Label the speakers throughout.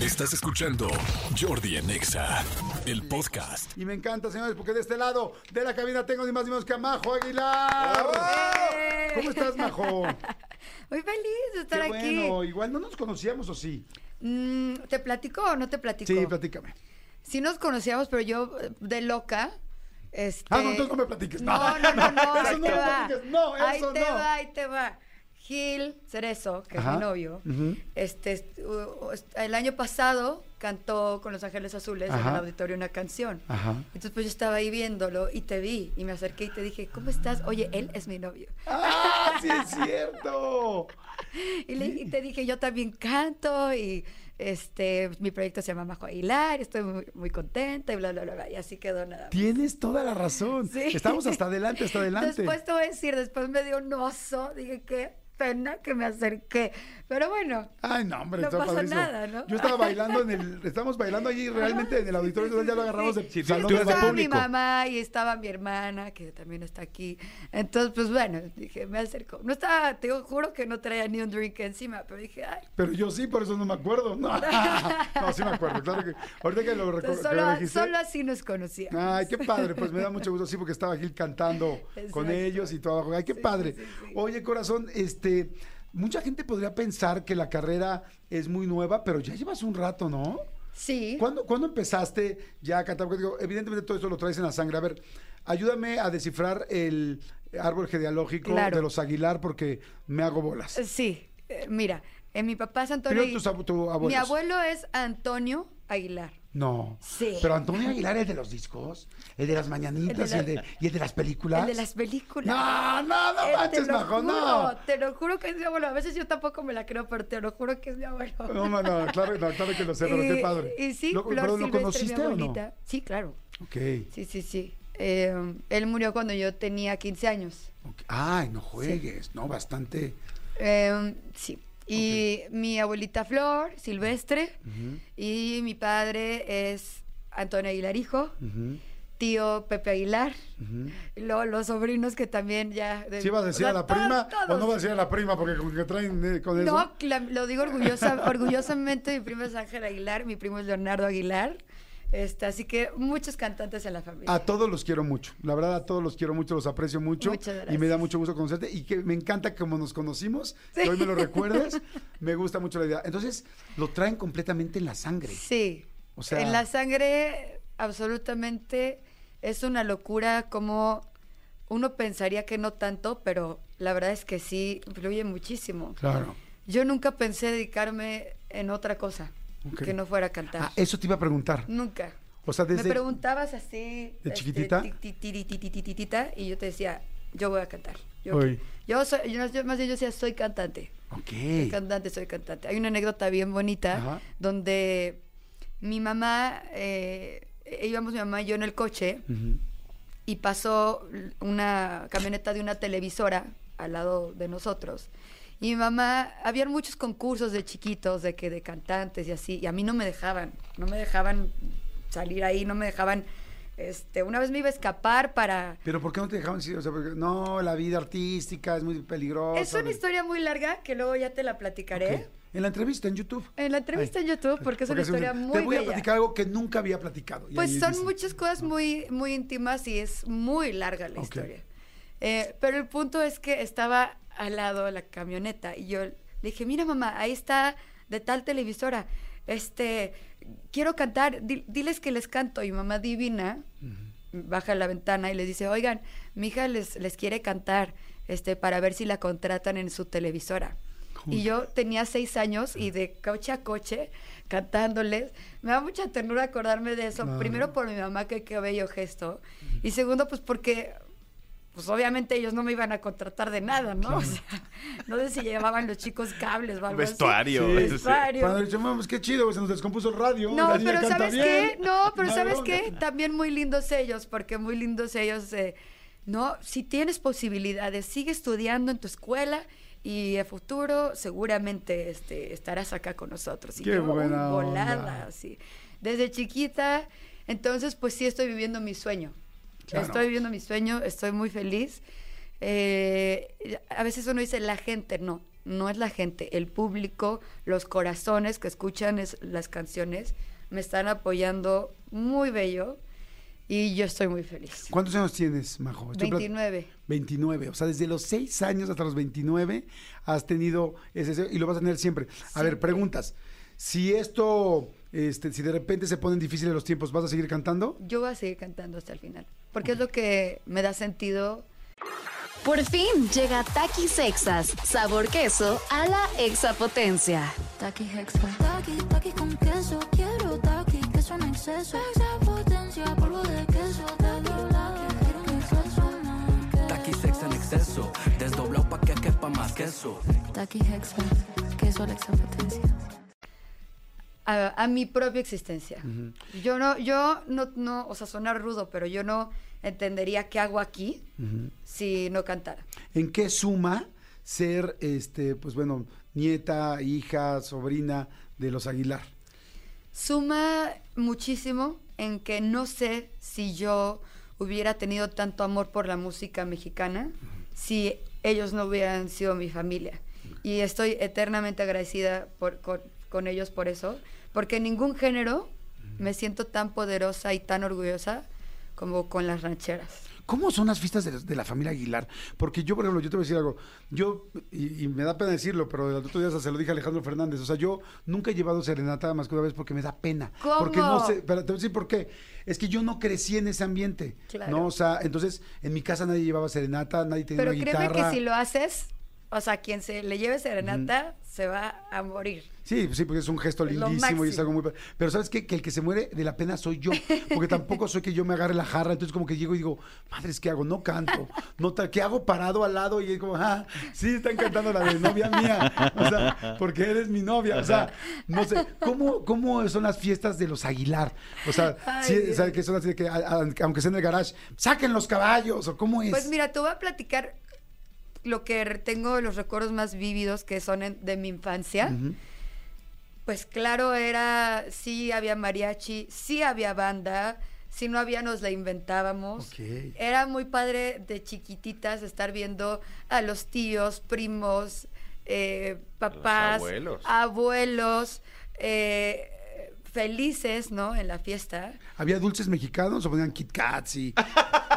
Speaker 1: Estás escuchando Jordi en Exa, el podcast.
Speaker 2: Y me encanta, señores, porque de este lado de la cabina tengo ni más ni menos que a Majo Aguilar. ¿Cómo estás, Majo?
Speaker 3: Muy feliz de estar
Speaker 2: Qué
Speaker 3: aquí.
Speaker 2: bueno, igual no nos conocíamos o sí.
Speaker 3: Mm, ¿Te platico o no te platico?
Speaker 2: Sí, platícame.
Speaker 3: Sí nos conocíamos, pero yo eh, de loca. Este...
Speaker 2: Ah, no, entonces no me platiques.
Speaker 3: No, no, no, no,
Speaker 2: eso
Speaker 3: ahí
Speaker 2: no me
Speaker 3: te va.
Speaker 2: platiques. No, eso
Speaker 3: ahí te
Speaker 2: no.
Speaker 3: va, ahí te va. Gil Cerezo, que
Speaker 2: Ajá.
Speaker 3: es mi novio,
Speaker 2: Ujú.
Speaker 3: este, est- u- u- est- el año pasado cantó con Los Ángeles Azules en
Speaker 2: Ajá.
Speaker 3: el auditorio una canción.
Speaker 2: Ajá.
Speaker 3: Entonces pues yo estaba ahí viéndolo y te vi y me acerqué y te dije, ¿cómo estás? Oye, él es mi novio.
Speaker 2: ¡Ah, sí es cierto!
Speaker 3: Y, le- y te dije, yo también canto y este, mi proyecto se llama Majo Aguilar, estoy muy, muy contenta y bla, bla, bla, bla, y así quedó nada. más.
Speaker 2: Tienes toda la razón.
Speaker 3: Sí.
Speaker 2: Estamos hasta adelante, hasta adelante.
Speaker 3: Después te voy a decir, después me dio un oso, dije, qué pena que me acerqué. Pero bueno,
Speaker 2: Ay, no, hombre,
Speaker 3: No
Speaker 2: está
Speaker 3: pasó
Speaker 2: padrísimo.
Speaker 3: nada, ¿no?
Speaker 2: Yo estaba bailando en el. Estamos bailando allí realmente en el auditorio, entonces ya lo agarramos de
Speaker 3: Sí,
Speaker 2: salón
Speaker 3: sí,
Speaker 2: de
Speaker 3: estaba mi
Speaker 2: público.
Speaker 3: mamá y estaba mi hermana, que también está aquí. Entonces, pues bueno, dije, me acerco. No estaba, te juro que no traía ni un drink encima, pero dije, ay,
Speaker 2: Pero yo sí, por eso no me acuerdo. No, no sí me acuerdo, claro que. Ahorita que lo
Speaker 3: entonces
Speaker 2: recuerdo.
Speaker 3: solo, solo así nos conocíamos.
Speaker 2: Ay, qué padre, pues me da mucho gusto, sí, porque estaba Gil cantando con
Speaker 3: Exacto.
Speaker 2: ellos y todo. Ay, qué padre.
Speaker 3: sí, sí.
Speaker 2: Oye, corazón, este, mucha gente podría pensar que la carrera es muy nueva, pero ya llevas un rato, ¿no?
Speaker 3: Sí.
Speaker 2: ¿Cuándo, cuándo empezaste ya a cantar? Porque digo, evidentemente todo esto lo traes en la sangre. A ver, ayúdame a descifrar el árbol genealógico
Speaker 3: Claro.
Speaker 2: de los Aguilar porque me hago bolas.
Speaker 3: Sí, eh, mira, en mi papá es Antonio.
Speaker 2: Primero
Speaker 3: Agui-
Speaker 2: tus abu- tu abuelos.
Speaker 3: Mi abuelo es Antonio Aguilar.
Speaker 2: No.
Speaker 3: Sí.
Speaker 2: Pero Antonio Aguilar, el de los discos, el de las mañanitas,
Speaker 3: la-
Speaker 2: el de, y el de las películas.
Speaker 3: El de las películas.
Speaker 2: No, no, no
Speaker 3: Eh,
Speaker 2: manches,
Speaker 3: te lo
Speaker 2: Majo, no.
Speaker 3: juro, Te lo juro que es mi abuelo. A veces yo tampoco me la creo, pero te lo juro que es mi abuelo.
Speaker 2: No, no, no, claro, no, claro que lo sé, pero qué
Speaker 3: Y-
Speaker 2: padre.
Speaker 3: Y sí,
Speaker 2: Lo-
Speaker 3: Flor
Speaker 2: perdón, ¿lo
Speaker 3: Silvestre, mi
Speaker 2: conociste o no?
Speaker 3: abuelita. Sí, claro.
Speaker 2: Ok.
Speaker 3: Sí, sí, sí. Eh, él murió cuando yo tenía 15 años.
Speaker 2: ok. Ay, no juegues, no, bastante.
Speaker 3: Eh, sí. Y mi abuelita Flor, Silvestre, y mi padre es Antonio Aguilar Hijo,
Speaker 2: Ujú,
Speaker 3: tío Pepe Aguilar,
Speaker 2: ujú.
Speaker 3: y luego los sobrinos que también ya... de-
Speaker 2: ¿Sí vas a
Speaker 3: o
Speaker 2: decir
Speaker 3: sea,
Speaker 2: a la
Speaker 3: todos,
Speaker 2: prima o
Speaker 3: todos.
Speaker 2: no vas a decir a la prima? Porque con que traen eh, con eso.
Speaker 3: No, la- lo digo orgullosa, orgullosamente, mi primo es Ángel Aguilar, mi primo es Leonardo Aguilar, este, así que muchos cantantes en la familia.
Speaker 2: A todos los quiero mucho. La verdad, a todos los quiero mucho, los aprecio mucho.
Speaker 3: Muchas gracias.
Speaker 2: Y me da mucho gusto conocerte. Y que me encanta como nos conocimos, que hoy me lo recuerdes. me gusta mucho la idea. Entonces, lo traen completamente en la sangre.
Speaker 3: Sí.
Speaker 2: O sea-
Speaker 3: en la sangre, absolutamente, es una locura como uno pensaría que no tanto, pero la verdad es que sí, influye muchísimo.
Speaker 2: Claro.
Speaker 3: Yo nunca pensé dedicarme en otra cosa
Speaker 2: Ok.
Speaker 3: que no fuera a cantar.
Speaker 2: Ah, eso te iba a preguntar.
Speaker 3: Nunca.
Speaker 2: O sea, desde.
Speaker 3: Me preguntabas así.
Speaker 2: ¿De
Speaker 3: este,
Speaker 2: chiquitita?
Speaker 3: ti- ti- tiri- ti- ti- ti- ti- tita, y yo te decía, yo voy a cantar. Yo,
Speaker 2: Uy.
Speaker 3: yo soy, yo, yo- más bien yo decía, soy cantante. Soy
Speaker 2: Ok.
Speaker 3: cantante, soy cantante. Hay una anécdota bien bonita
Speaker 2: Ajá.
Speaker 3: donde mi mamá, eh, íbamos mi mamá y yo en el coche
Speaker 2: Ujú.
Speaker 3: y pasó una camioneta de una televisora al lado de nosotros. Y mi mamá, habían muchos concursos de chiquitos, de que de cantantes y así, y a mí no me dejaban, no me dejaban salir ahí, no me dejaban, este, una vez me iba a escapar para...
Speaker 2: Pero ¿por qué no te dejaron decir? O sea, porque, no, la vida artística es muy peligrosa.
Speaker 3: Es una
Speaker 2: Del-
Speaker 3: historia muy larga que luego ya te la platicaré.
Speaker 2: Oh, Ok. En la entrevista en YouTube.
Speaker 3: En la entrevista en YouTube, porque es una
Speaker 2: un-
Speaker 3: historia muy
Speaker 2: Te voy a
Speaker 3: bella.
Speaker 2: platicar algo que nunca había platicado. Y ahí
Speaker 3: Pues son
Speaker 2: dice-
Speaker 3: muchas cosas muy, muy íntimas y es muy larga la
Speaker 2: Ok.
Speaker 3: historia. Eh, pero el punto es que estaba al lado de la camioneta y yo le dije, mira mamá, ahí está de tal televisora, este, quiero cantar, di- diles que les canto. Y mamá divina baja la ventana y les dice, oigan, mi hija les, les quiere cantar, este, para ver si la contratan en su televisora. Y yo tenía seis años y de coche a coche cantándoles. Me da mucha ternura acordarme de eso.
Speaker 2: Claro.
Speaker 3: Primero por mi mamá, que qué bello gesto. Y segundo, pues porque, pues obviamente ellos no me iban a contratar de nada, ¿no? O sea, no sé si llevaban los chicos cables o algo así.
Speaker 4: Vestuario, eso sí.
Speaker 3: Vestuario.
Speaker 2: Cuando le dije, "Mam, pues qué chido, güey, se nos descompuso el radio.
Speaker 3: No,
Speaker 2: la niña
Speaker 3: pero
Speaker 2: canta
Speaker 3: ¿sabes
Speaker 2: bien".
Speaker 3: qué? No, pero
Speaker 2: hay
Speaker 3: ¿sabes
Speaker 2: bronca.
Speaker 3: qué? También muy lindos ellos, porque muy lindos ellos eh, ¿no? Si tienes posibilidades, sigue estudiando en tu escuela y a futuro seguramente este, estarás acá con nosotros. Y
Speaker 2: Qué
Speaker 3: yo, uy,
Speaker 2: buena onda.
Speaker 3: volada, así. Desde chiquita, entonces pues sí estoy viviendo mi sueño.
Speaker 2: Claro.
Speaker 3: Estoy viviendo mi sueño, estoy muy feliz. Eh, a veces uno dice la gente, no, no es la gente, el público, los corazones que escuchan es- las canciones me están apoyando muy bello y yo estoy muy feliz.
Speaker 2: ¿Cuántos años tienes, Majo? Estoy plat-
Speaker 3: 29.
Speaker 2: 29, o sea, desde los 6 años hasta los 29 has tenido ese deseo y lo vas a tener siempre. A ver, preguntas. Si esto, este, si de repente se ponen difíciles los tiempos, ¿vas a seguir cantando?
Speaker 3: Yo voy a seguir cantando hasta el final, porque es lo que me da sentido.
Speaker 5: Por fin llega Takis Exas, sabor queso a la exapotencia.
Speaker 6: Taki Hexa. Taki, taki con queso. Quiero taki, queso en exceso. Extra potencia, polvo de queso. Taki, taki, quiero un exceso más.
Speaker 7: Taqui sex en exceso, desdoblado pa' que quepa más queso.
Speaker 6: Taki Hexa. Queso la extra potencia.
Speaker 3: A, a mi propia existencia. Yo no, yo no, no, o sea, sonar rudo, pero yo no entendería qué hago aquí si no cantara.
Speaker 2: ¿En qué suma ser, este, pues bueno, nieta, hija, sobrina de los Aguilar?
Speaker 3: Suma muchísimo en que no sé si yo hubiera tenido tanto amor por la música mexicana si ellos no hubieran sido mi familia. Y estoy eternamente agradecida por- con, con ellos por eso, porque en ningún género me siento tan poderosa y tan orgullosa como con las rancheras.
Speaker 2: ¿Cómo son las fiestas de, los- de la familia Aguilar? Porque yo, por ejemplo, yo te voy a decir algo. Yo, y, y me da pena decirlo, pero el otro día se lo dije a Alejandro Fernández. O sea, yo nunca he llevado serenata más que una vez porque me da pena.
Speaker 3: ¿Cómo?
Speaker 2: Porque no sé, pero te voy a decir por qué. Es que yo no crecí en ese ambiente.
Speaker 3: Claro.
Speaker 2: No, o sea, entonces en mi casa nadie llevaba serenata, nadie tenía
Speaker 3: Pero
Speaker 2: una
Speaker 3: créeme
Speaker 2: guitarra.
Speaker 3: que si lo haces, o sea, quien se le lleve serenata se va a morir.
Speaker 2: Sí, pues sí, porque es un gesto
Speaker 3: Lo
Speaker 2: lindísimo y es
Speaker 3: máximo.
Speaker 2: algo muy... pa- Pero ¿sabes qué? Que el que se muere de la pena soy yo, porque tampoco soy que yo me agarre la jarra, entonces como que llego y digo, madres, ¿qué hago? No canto, no tal, ¿qué hago parado al lado? Y es como, ah, sí, están cantando la de novia mía, o sea, porque eres mi novia, o sea, no sé, ¿cómo, cómo son las fiestas de los Aguilar? O sea,
Speaker 3: Ay,
Speaker 2: sí,
Speaker 3: Dios.
Speaker 2: ¿sabes? que son así de que, a- a- aunque sea en el garage, saquen los caballos, o cómo es.
Speaker 3: Pues mira, te voy a platicar lo que re- tengo los recuerdos más vívidos que son en- de mi infancia. Pues claro, era, sí había mariachi, sí había banda, si no había nos la inventábamos.
Speaker 2: Ok.
Speaker 3: Era muy padre de chiquititas estar viendo a los tíos, primos, eh, papás,
Speaker 4: abuelos.
Speaker 3: abuelos, eh, felices, ¿no? En la fiesta.
Speaker 2: ¿Había dulces mexicanos o ponían Kit Kats y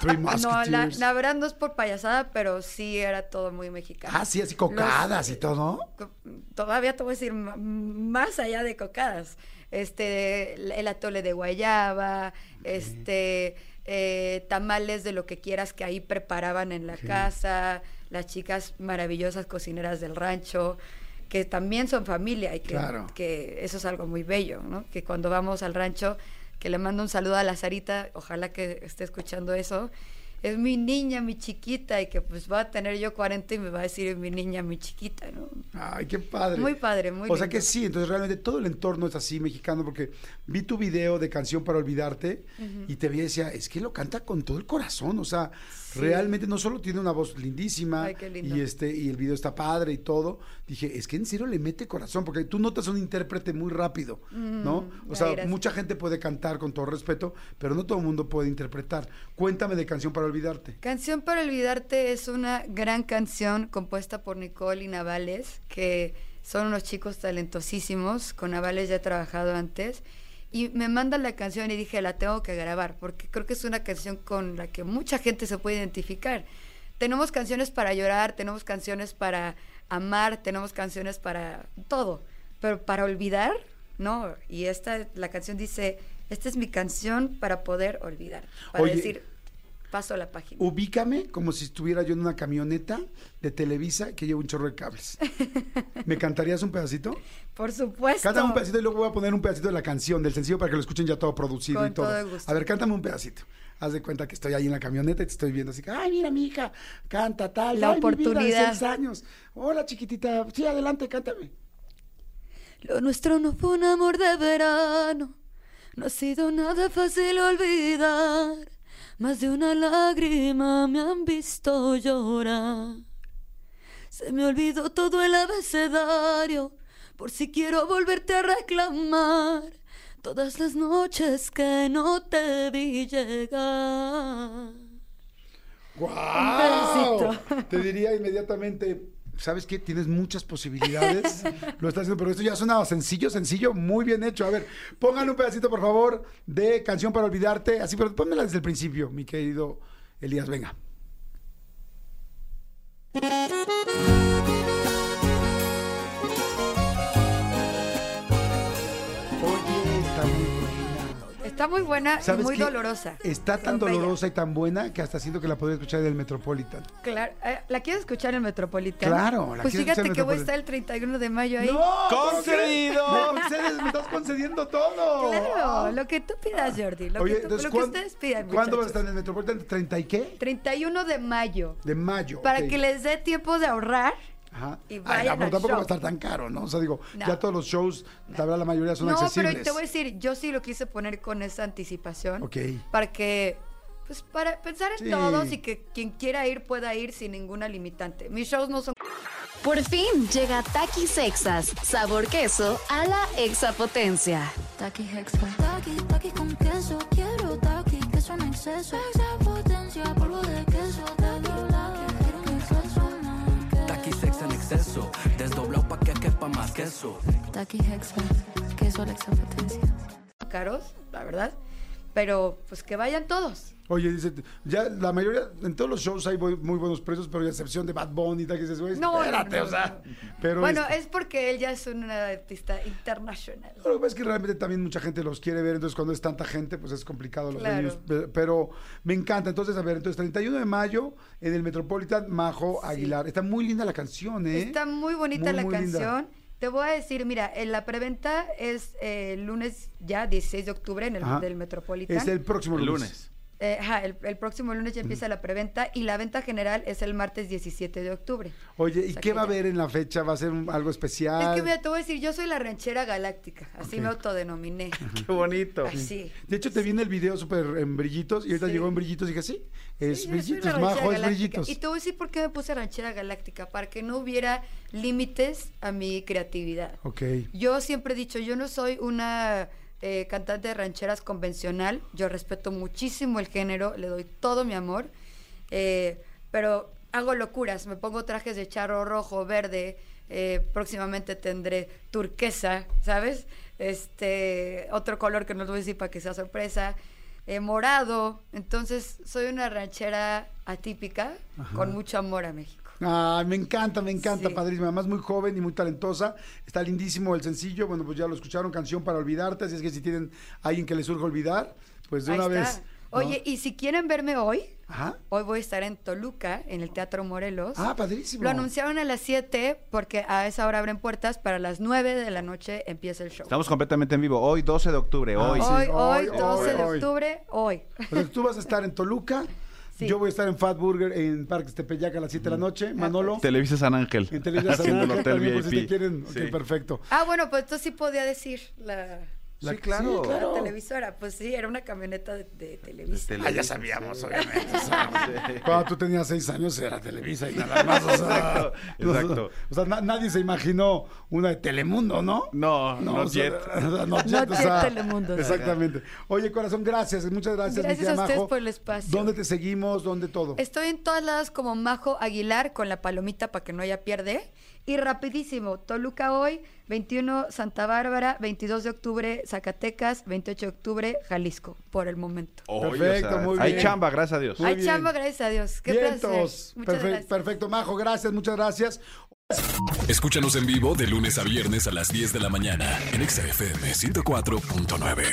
Speaker 2: Three
Speaker 3: No, la,
Speaker 2: Musketeers?
Speaker 3: la verdad no es por payasada, pero sí era todo muy mexicano.
Speaker 2: Ah, sí, así cocadas y todo, ¿no?
Speaker 3: Co- Todavía te voy a decir m- más allá de cocadas. Este, el el atole de guayaba, este, eh, tamales de lo que quieras que ahí preparaban en la casa, las chicas maravillosas cocineras del rancho, que también son familia y que,
Speaker 2: Claro.
Speaker 3: que eso es algo muy bello, ¿no? Que cuando vamos al rancho, que le mando un saludo a la Sarita, ojalá que esté escuchando eso. Es mi niña, mi chiquita, y que pues va a tener yo 40 y me va a decir mi niña, mi chiquita, ¿no?
Speaker 2: Ay, qué padre.
Speaker 3: Muy padre, muy
Speaker 2: O sea
Speaker 3: lindo.
Speaker 2: que sí, entonces realmente todo el entorno es así mexicano, porque vi tu video de Canción para Olvidarte y te vi y decía, es que lo canta con todo el corazón, o sea, realmente no solo tiene una voz lindísima
Speaker 3: Ay, qué lindo.
Speaker 2: y este y el video está padre y todo, dije, es que en serio le mete corazón, porque tú notas un intérprete muy rápido,
Speaker 3: Mm,
Speaker 2: ¿no? O
Speaker 3: ay,
Speaker 2: sea,
Speaker 3: gracias.
Speaker 2: mucha gente puede cantar con todo respeto, pero no todo el mundo puede interpretar. Cuéntame de Canción para Olvidarte.
Speaker 3: Canción para olvidarte es una gran canción compuesta por Nicole y Navales, que son unos chicos talentosísimos. Con Navales ya he trabajado antes. Y me mandan la canción y dije, la tengo que grabar, porque creo que es una canción con la que mucha gente se puede identificar. Tenemos canciones para llorar, tenemos canciones para amar, tenemos canciones para todo. Pero para olvidar, no. Y esta, la canción dice, esta es mi canción para poder olvidar. Para
Speaker 2: Oye,
Speaker 3: decir, Paso a la página.
Speaker 2: Ubícame como si estuviera yo en una camioneta de Televisa que lleva un chorro de cables. ¿Me cantarías un pedacito?
Speaker 3: Por supuesto.
Speaker 2: Cántame un pedacito y luego voy a poner un pedacito de la canción, del sencillo, para que lo escuchen ya todo producido
Speaker 3: Con
Speaker 2: y todo.
Speaker 3: todo el gusto.
Speaker 2: A ver, cántame un pedacito. Haz de cuenta que estoy ahí en la camioneta y te estoy viendo así. que, Ay, mira, mi hija, canta tal.
Speaker 3: La
Speaker 2: ay, mi vida de
Speaker 3: oportunidad.
Speaker 2: seis años. Hola, chiquitita. Sí, adelante, cántame.
Speaker 3: Lo nuestro no fue un amor de verano. No ha sido nada fácil olvidar. Más de una lágrima me han visto llorar. Se me olvidó todo el abecedario, por si quiero volverte a reclamar. Todas las noches que no te vi llegar.
Speaker 2: ¡Guau!
Speaker 3: Un pedacito.
Speaker 2: Te diría inmediatamente, ¿sabes qué? Tienes muchas posibilidades. Lo estás haciendo, pero esto ya suena sencillo, sencillo, muy bien hecho. A ver, pónganle un pedacito, por favor, de Canción para Olvidarte. Así, pero pónmela desde el principio, mi querido Elías. Venga. Oye, está muy buena.
Speaker 3: Está muy buena y
Speaker 2: ¿Sabes
Speaker 3: muy
Speaker 2: qué?
Speaker 3: dolorosa.
Speaker 2: Está tan
Speaker 3: Pero bella.
Speaker 2: dolorosa y tan buena que hasta siento que la podría escuchar del Metropolitan.
Speaker 3: Claro, eh, ¿la quieres escuchar en Metropolitano?
Speaker 2: Claro, la
Speaker 3: Pues
Speaker 2: quiero escuchar
Speaker 3: fíjate
Speaker 2: en
Speaker 3: que voy a
Speaker 2: Metropolitano.
Speaker 3: estar el 31 de mayo ahí.
Speaker 2: ¡Concedido! Me, concedes, me estás concediendo todo.
Speaker 3: Claro, lo que tú pidas, Jordi. Lo,
Speaker 2: Oye,
Speaker 3: que, tú-
Speaker 2: entonces,
Speaker 3: lo que
Speaker 2: ¿cuán-
Speaker 3: ustedes pidan.
Speaker 2: ¿Cuándo vas a
Speaker 3: muchachos.
Speaker 2: estar en el Metropolitan? ¿30 y qué?
Speaker 3: 31 de mayo.
Speaker 2: De mayo.
Speaker 3: Para
Speaker 2: ok.
Speaker 3: que les dé tiempo de ahorrar.
Speaker 2: Ajá.
Speaker 3: y
Speaker 2: Ay,
Speaker 3: vayan
Speaker 2: ah, pero
Speaker 3: al
Speaker 2: tampoco va a
Speaker 3: show.
Speaker 2: estar tan caro, ¿no? O sea, digo,
Speaker 3: No.
Speaker 2: ya todos los shows, la verdad, la mayoría son
Speaker 3: no,
Speaker 2: accesibles.
Speaker 3: pero te voy a decir, yo sí lo quise poner con esa anticipación.
Speaker 2: Ok.
Speaker 3: Para que, pues para pensar en
Speaker 2: Sí.
Speaker 3: todos y que quien quiera ir pueda ir sin ninguna limitante. Mis shows no son
Speaker 5: Por fin llega Takis Exas, sabor queso a la exapotencia.
Speaker 6: Taki Hexa. Taki, taki con queso. Quiero taki, queso en exceso. Extra potencia, polvo de queso. Taki, taki, quiero un exceso más.
Speaker 7: Taqui sex en exceso, desdoblado pa' que quepa más queso.
Speaker 6: Taki Hexa. Queso la extra potencia.
Speaker 3: caros, la verdad. Pero pues que vayan todos.
Speaker 2: Oye, dice, ya la mayoría, en todos los shows hay bu- muy buenos precios, pero la excepción de Bad Bunny, y tal, que dices, güey,
Speaker 3: No, no,
Speaker 2: espérate,
Speaker 3: no,
Speaker 2: o sea.
Speaker 3: no,
Speaker 2: Pero
Speaker 3: bueno,
Speaker 2: este,
Speaker 3: es porque él ya es un artista internacional.
Speaker 2: Lo que pasa es que realmente también mucha gente los quiere ver, entonces cuando es tanta gente, pues es complicado los
Speaker 3: Claro.
Speaker 2: venues, pe- Pero me encanta. Entonces, a ver, entonces 31 de mayo en el Metropolitan Majo Aguilar. Está muy linda la canción, ¿eh?
Speaker 3: Está muy bonita
Speaker 2: Muy,
Speaker 3: la
Speaker 2: muy linda.
Speaker 3: canción. Te voy a decir, mira, en la preventa es eh, el lunes ya, 16 de octubre, en el
Speaker 2: Ajá.
Speaker 3: del Metropolitan.
Speaker 2: Es el próximo
Speaker 4: El
Speaker 2: lunes.
Speaker 4: lunes.
Speaker 3: Eh, ajá, el, el próximo lunes ya empieza la preventa y la venta general es el martes 17 de octubre.
Speaker 2: Oye, ¿y
Speaker 3: O sea
Speaker 2: qué
Speaker 3: que
Speaker 2: va a
Speaker 3: ya-
Speaker 2: haber en la fecha? ¿Va a ser un- algo especial?
Speaker 3: Es que mira, te voy a decir, yo soy la ranchera galáctica, así
Speaker 2: Ah. Ok.
Speaker 3: me autodenominé.
Speaker 4: Qué bonito.
Speaker 3: Así.
Speaker 2: De hecho, te viene el video súper en brillitos y ahorita
Speaker 3: Sí.
Speaker 2: llegó en brillitos y dije, sí, es
Speaker 3: Sí, yo soy la
Speaker 2: brillitos,
Speaker 3: ranchera
Speaker 2: Majo, es
Speaker 3: galáctica.
Speaker 2: brillitos.
Speaker 3: Y te voy a decir por qué me puse ranchera galáctica, para que no hubiera límites a mi creatividad.
Speaker 2: Ok.
Speaker 3: Yo siempre he dicho, yo no soy una eh, cantante de rancheras convencional, yo respeto muchísimo el género, le doy todo mi amor, eh, pero hago locuras, me pongo trajes de charro rojo, verde, eh, próximamente tendré turquesa, ¿sabes? Este, otro color que no lo voy a decir para que sea sorpresa, eh, morado, entonces soy una ranchera atípica con mucho amor a México.
Speaker 2: Ay, Ah, me encanta, me encanta,
Speaker 3: Sí.
Speaker 2: padrísima. Además, muy joven y muy talentosa. Está lindísimo el sencillo. Bueno, pues ya lo escucharon, canción para olvidarte. Así es que si tienen alguien que les surja olvidar, pues de
Speaker 3: Ahí
Speaker 2: una
Speaker 3: está.
Speaker 2: vez. ¿no?
Speaker 3: Oye, y si quieren verme hoy,
Speaker 2: Ajá.
Speaker 3: Hoy voy a estar en Toluca, en el Teatro Morelos.
Speaker 2: Ah, padrísimo.
Speaker 3: Lo anunciaron a las 7 porque a esa hora abren puertas. Para las 9 de la noche empieza el show.
Speaker 4: Estamos completamente en vivo. Hoy, 12 de octubre.
Speaker 2: Ah,
Speaker 4: Hoy.
Speaker 2: sí.
Speaker 3: hoy, hoy,
Speaker 2: Hoy,
Speaker 3: 12 de
Speaker 2: hoy.
Speaker 3: octubre, hoy.
Speaker 2: O sea, tú vas a estar en Toluca.
Speaker 3: Sí.
Speaker 2: Yo voy a estar en Fat Burger en Parques Tepeyac a las 7 de la noche. Manolo.
Speaker 4: Televisa San Ángel.
Speaker 2: En Televisa San
Speaker 4: Haciendo
Speaker 2: Ángel
Speaker 4: el hotel
Speaker 2: también,
Speaker 4: VIP.
Speaker 2: por si te quieren. Ok,
Speaker 4: Sí.
Speaker 2: perfecto.
Speaker 3: Ah, bueno, pues esto sí podía decir la,
Speaker 2: La-
Speaker 4: Sí, claro.
Speaker 2: sí,
Speaker 3: la televisora. Pues sí, era una camioneta de, de Televisa.
Speaker 2: Este,
Speaker 4: Ah, ya sabíamos, obviamente.
Speaker 2: Cuando Ah, tú tenías seis años era Televisa y nada más. O sea,
Speaker 4: Exacto, exacto.
Speaker 2: O sea, na- nadie se imaginó una de Telemundo, ¿no?
Speaker 4: No, no,
Speaker 2: o sea,
Speaker 4: Jet.
Speaker 2: no Jet,
Speaker 3: Not
Speaker 2: o
Speaker 3: Jet
Speaker 2: sea,
Speaker 3: Telemundo, sí.
Speaker 2: Exactamente. Oye, corazón, gracias. Muchas gracias.
Speaker 3: Gracias
Speaker 2: mi querida
Speaker 3: a ustedes
Speaker 2: Majo.
Speaker 3: por el espacio.
Speaker 2: ¿Dónde te seguimos? ¿Dónde todo?
Speaker 3: Estoy en todas lados como Majo Aguilar con la palomita para que no haya pierde. Y rapidísimo, Toluca hoy, 21 Santa Bárbara, 22 de octubre Zacatecas, 28 de octubre Jalisco, por el momento.
Speaker 4: Hoy,
Speaker 2: Perfecto,
Speaker 4: o sea,
Speaker 2: muy bien.
Speaker 4: Hay chamba, gracias a Dios.
Speaker 2: Muy
Speaker 3: Ay,
Speaker 2: bien.
Speaker 3: chamba, gracias a Dios. Qué placer.
Speaker 2: Vientos.
Speaker 3: Muchas
Speaker 2: Perfecto,
Speaker 3: gracias.
Speaker 2: perfecto, Majo. Gracias, muchas gracias.
Speaker 1: Escúchanos en vivo de lunes a viernes a las 10 de la mañana en Exa FM 104.9.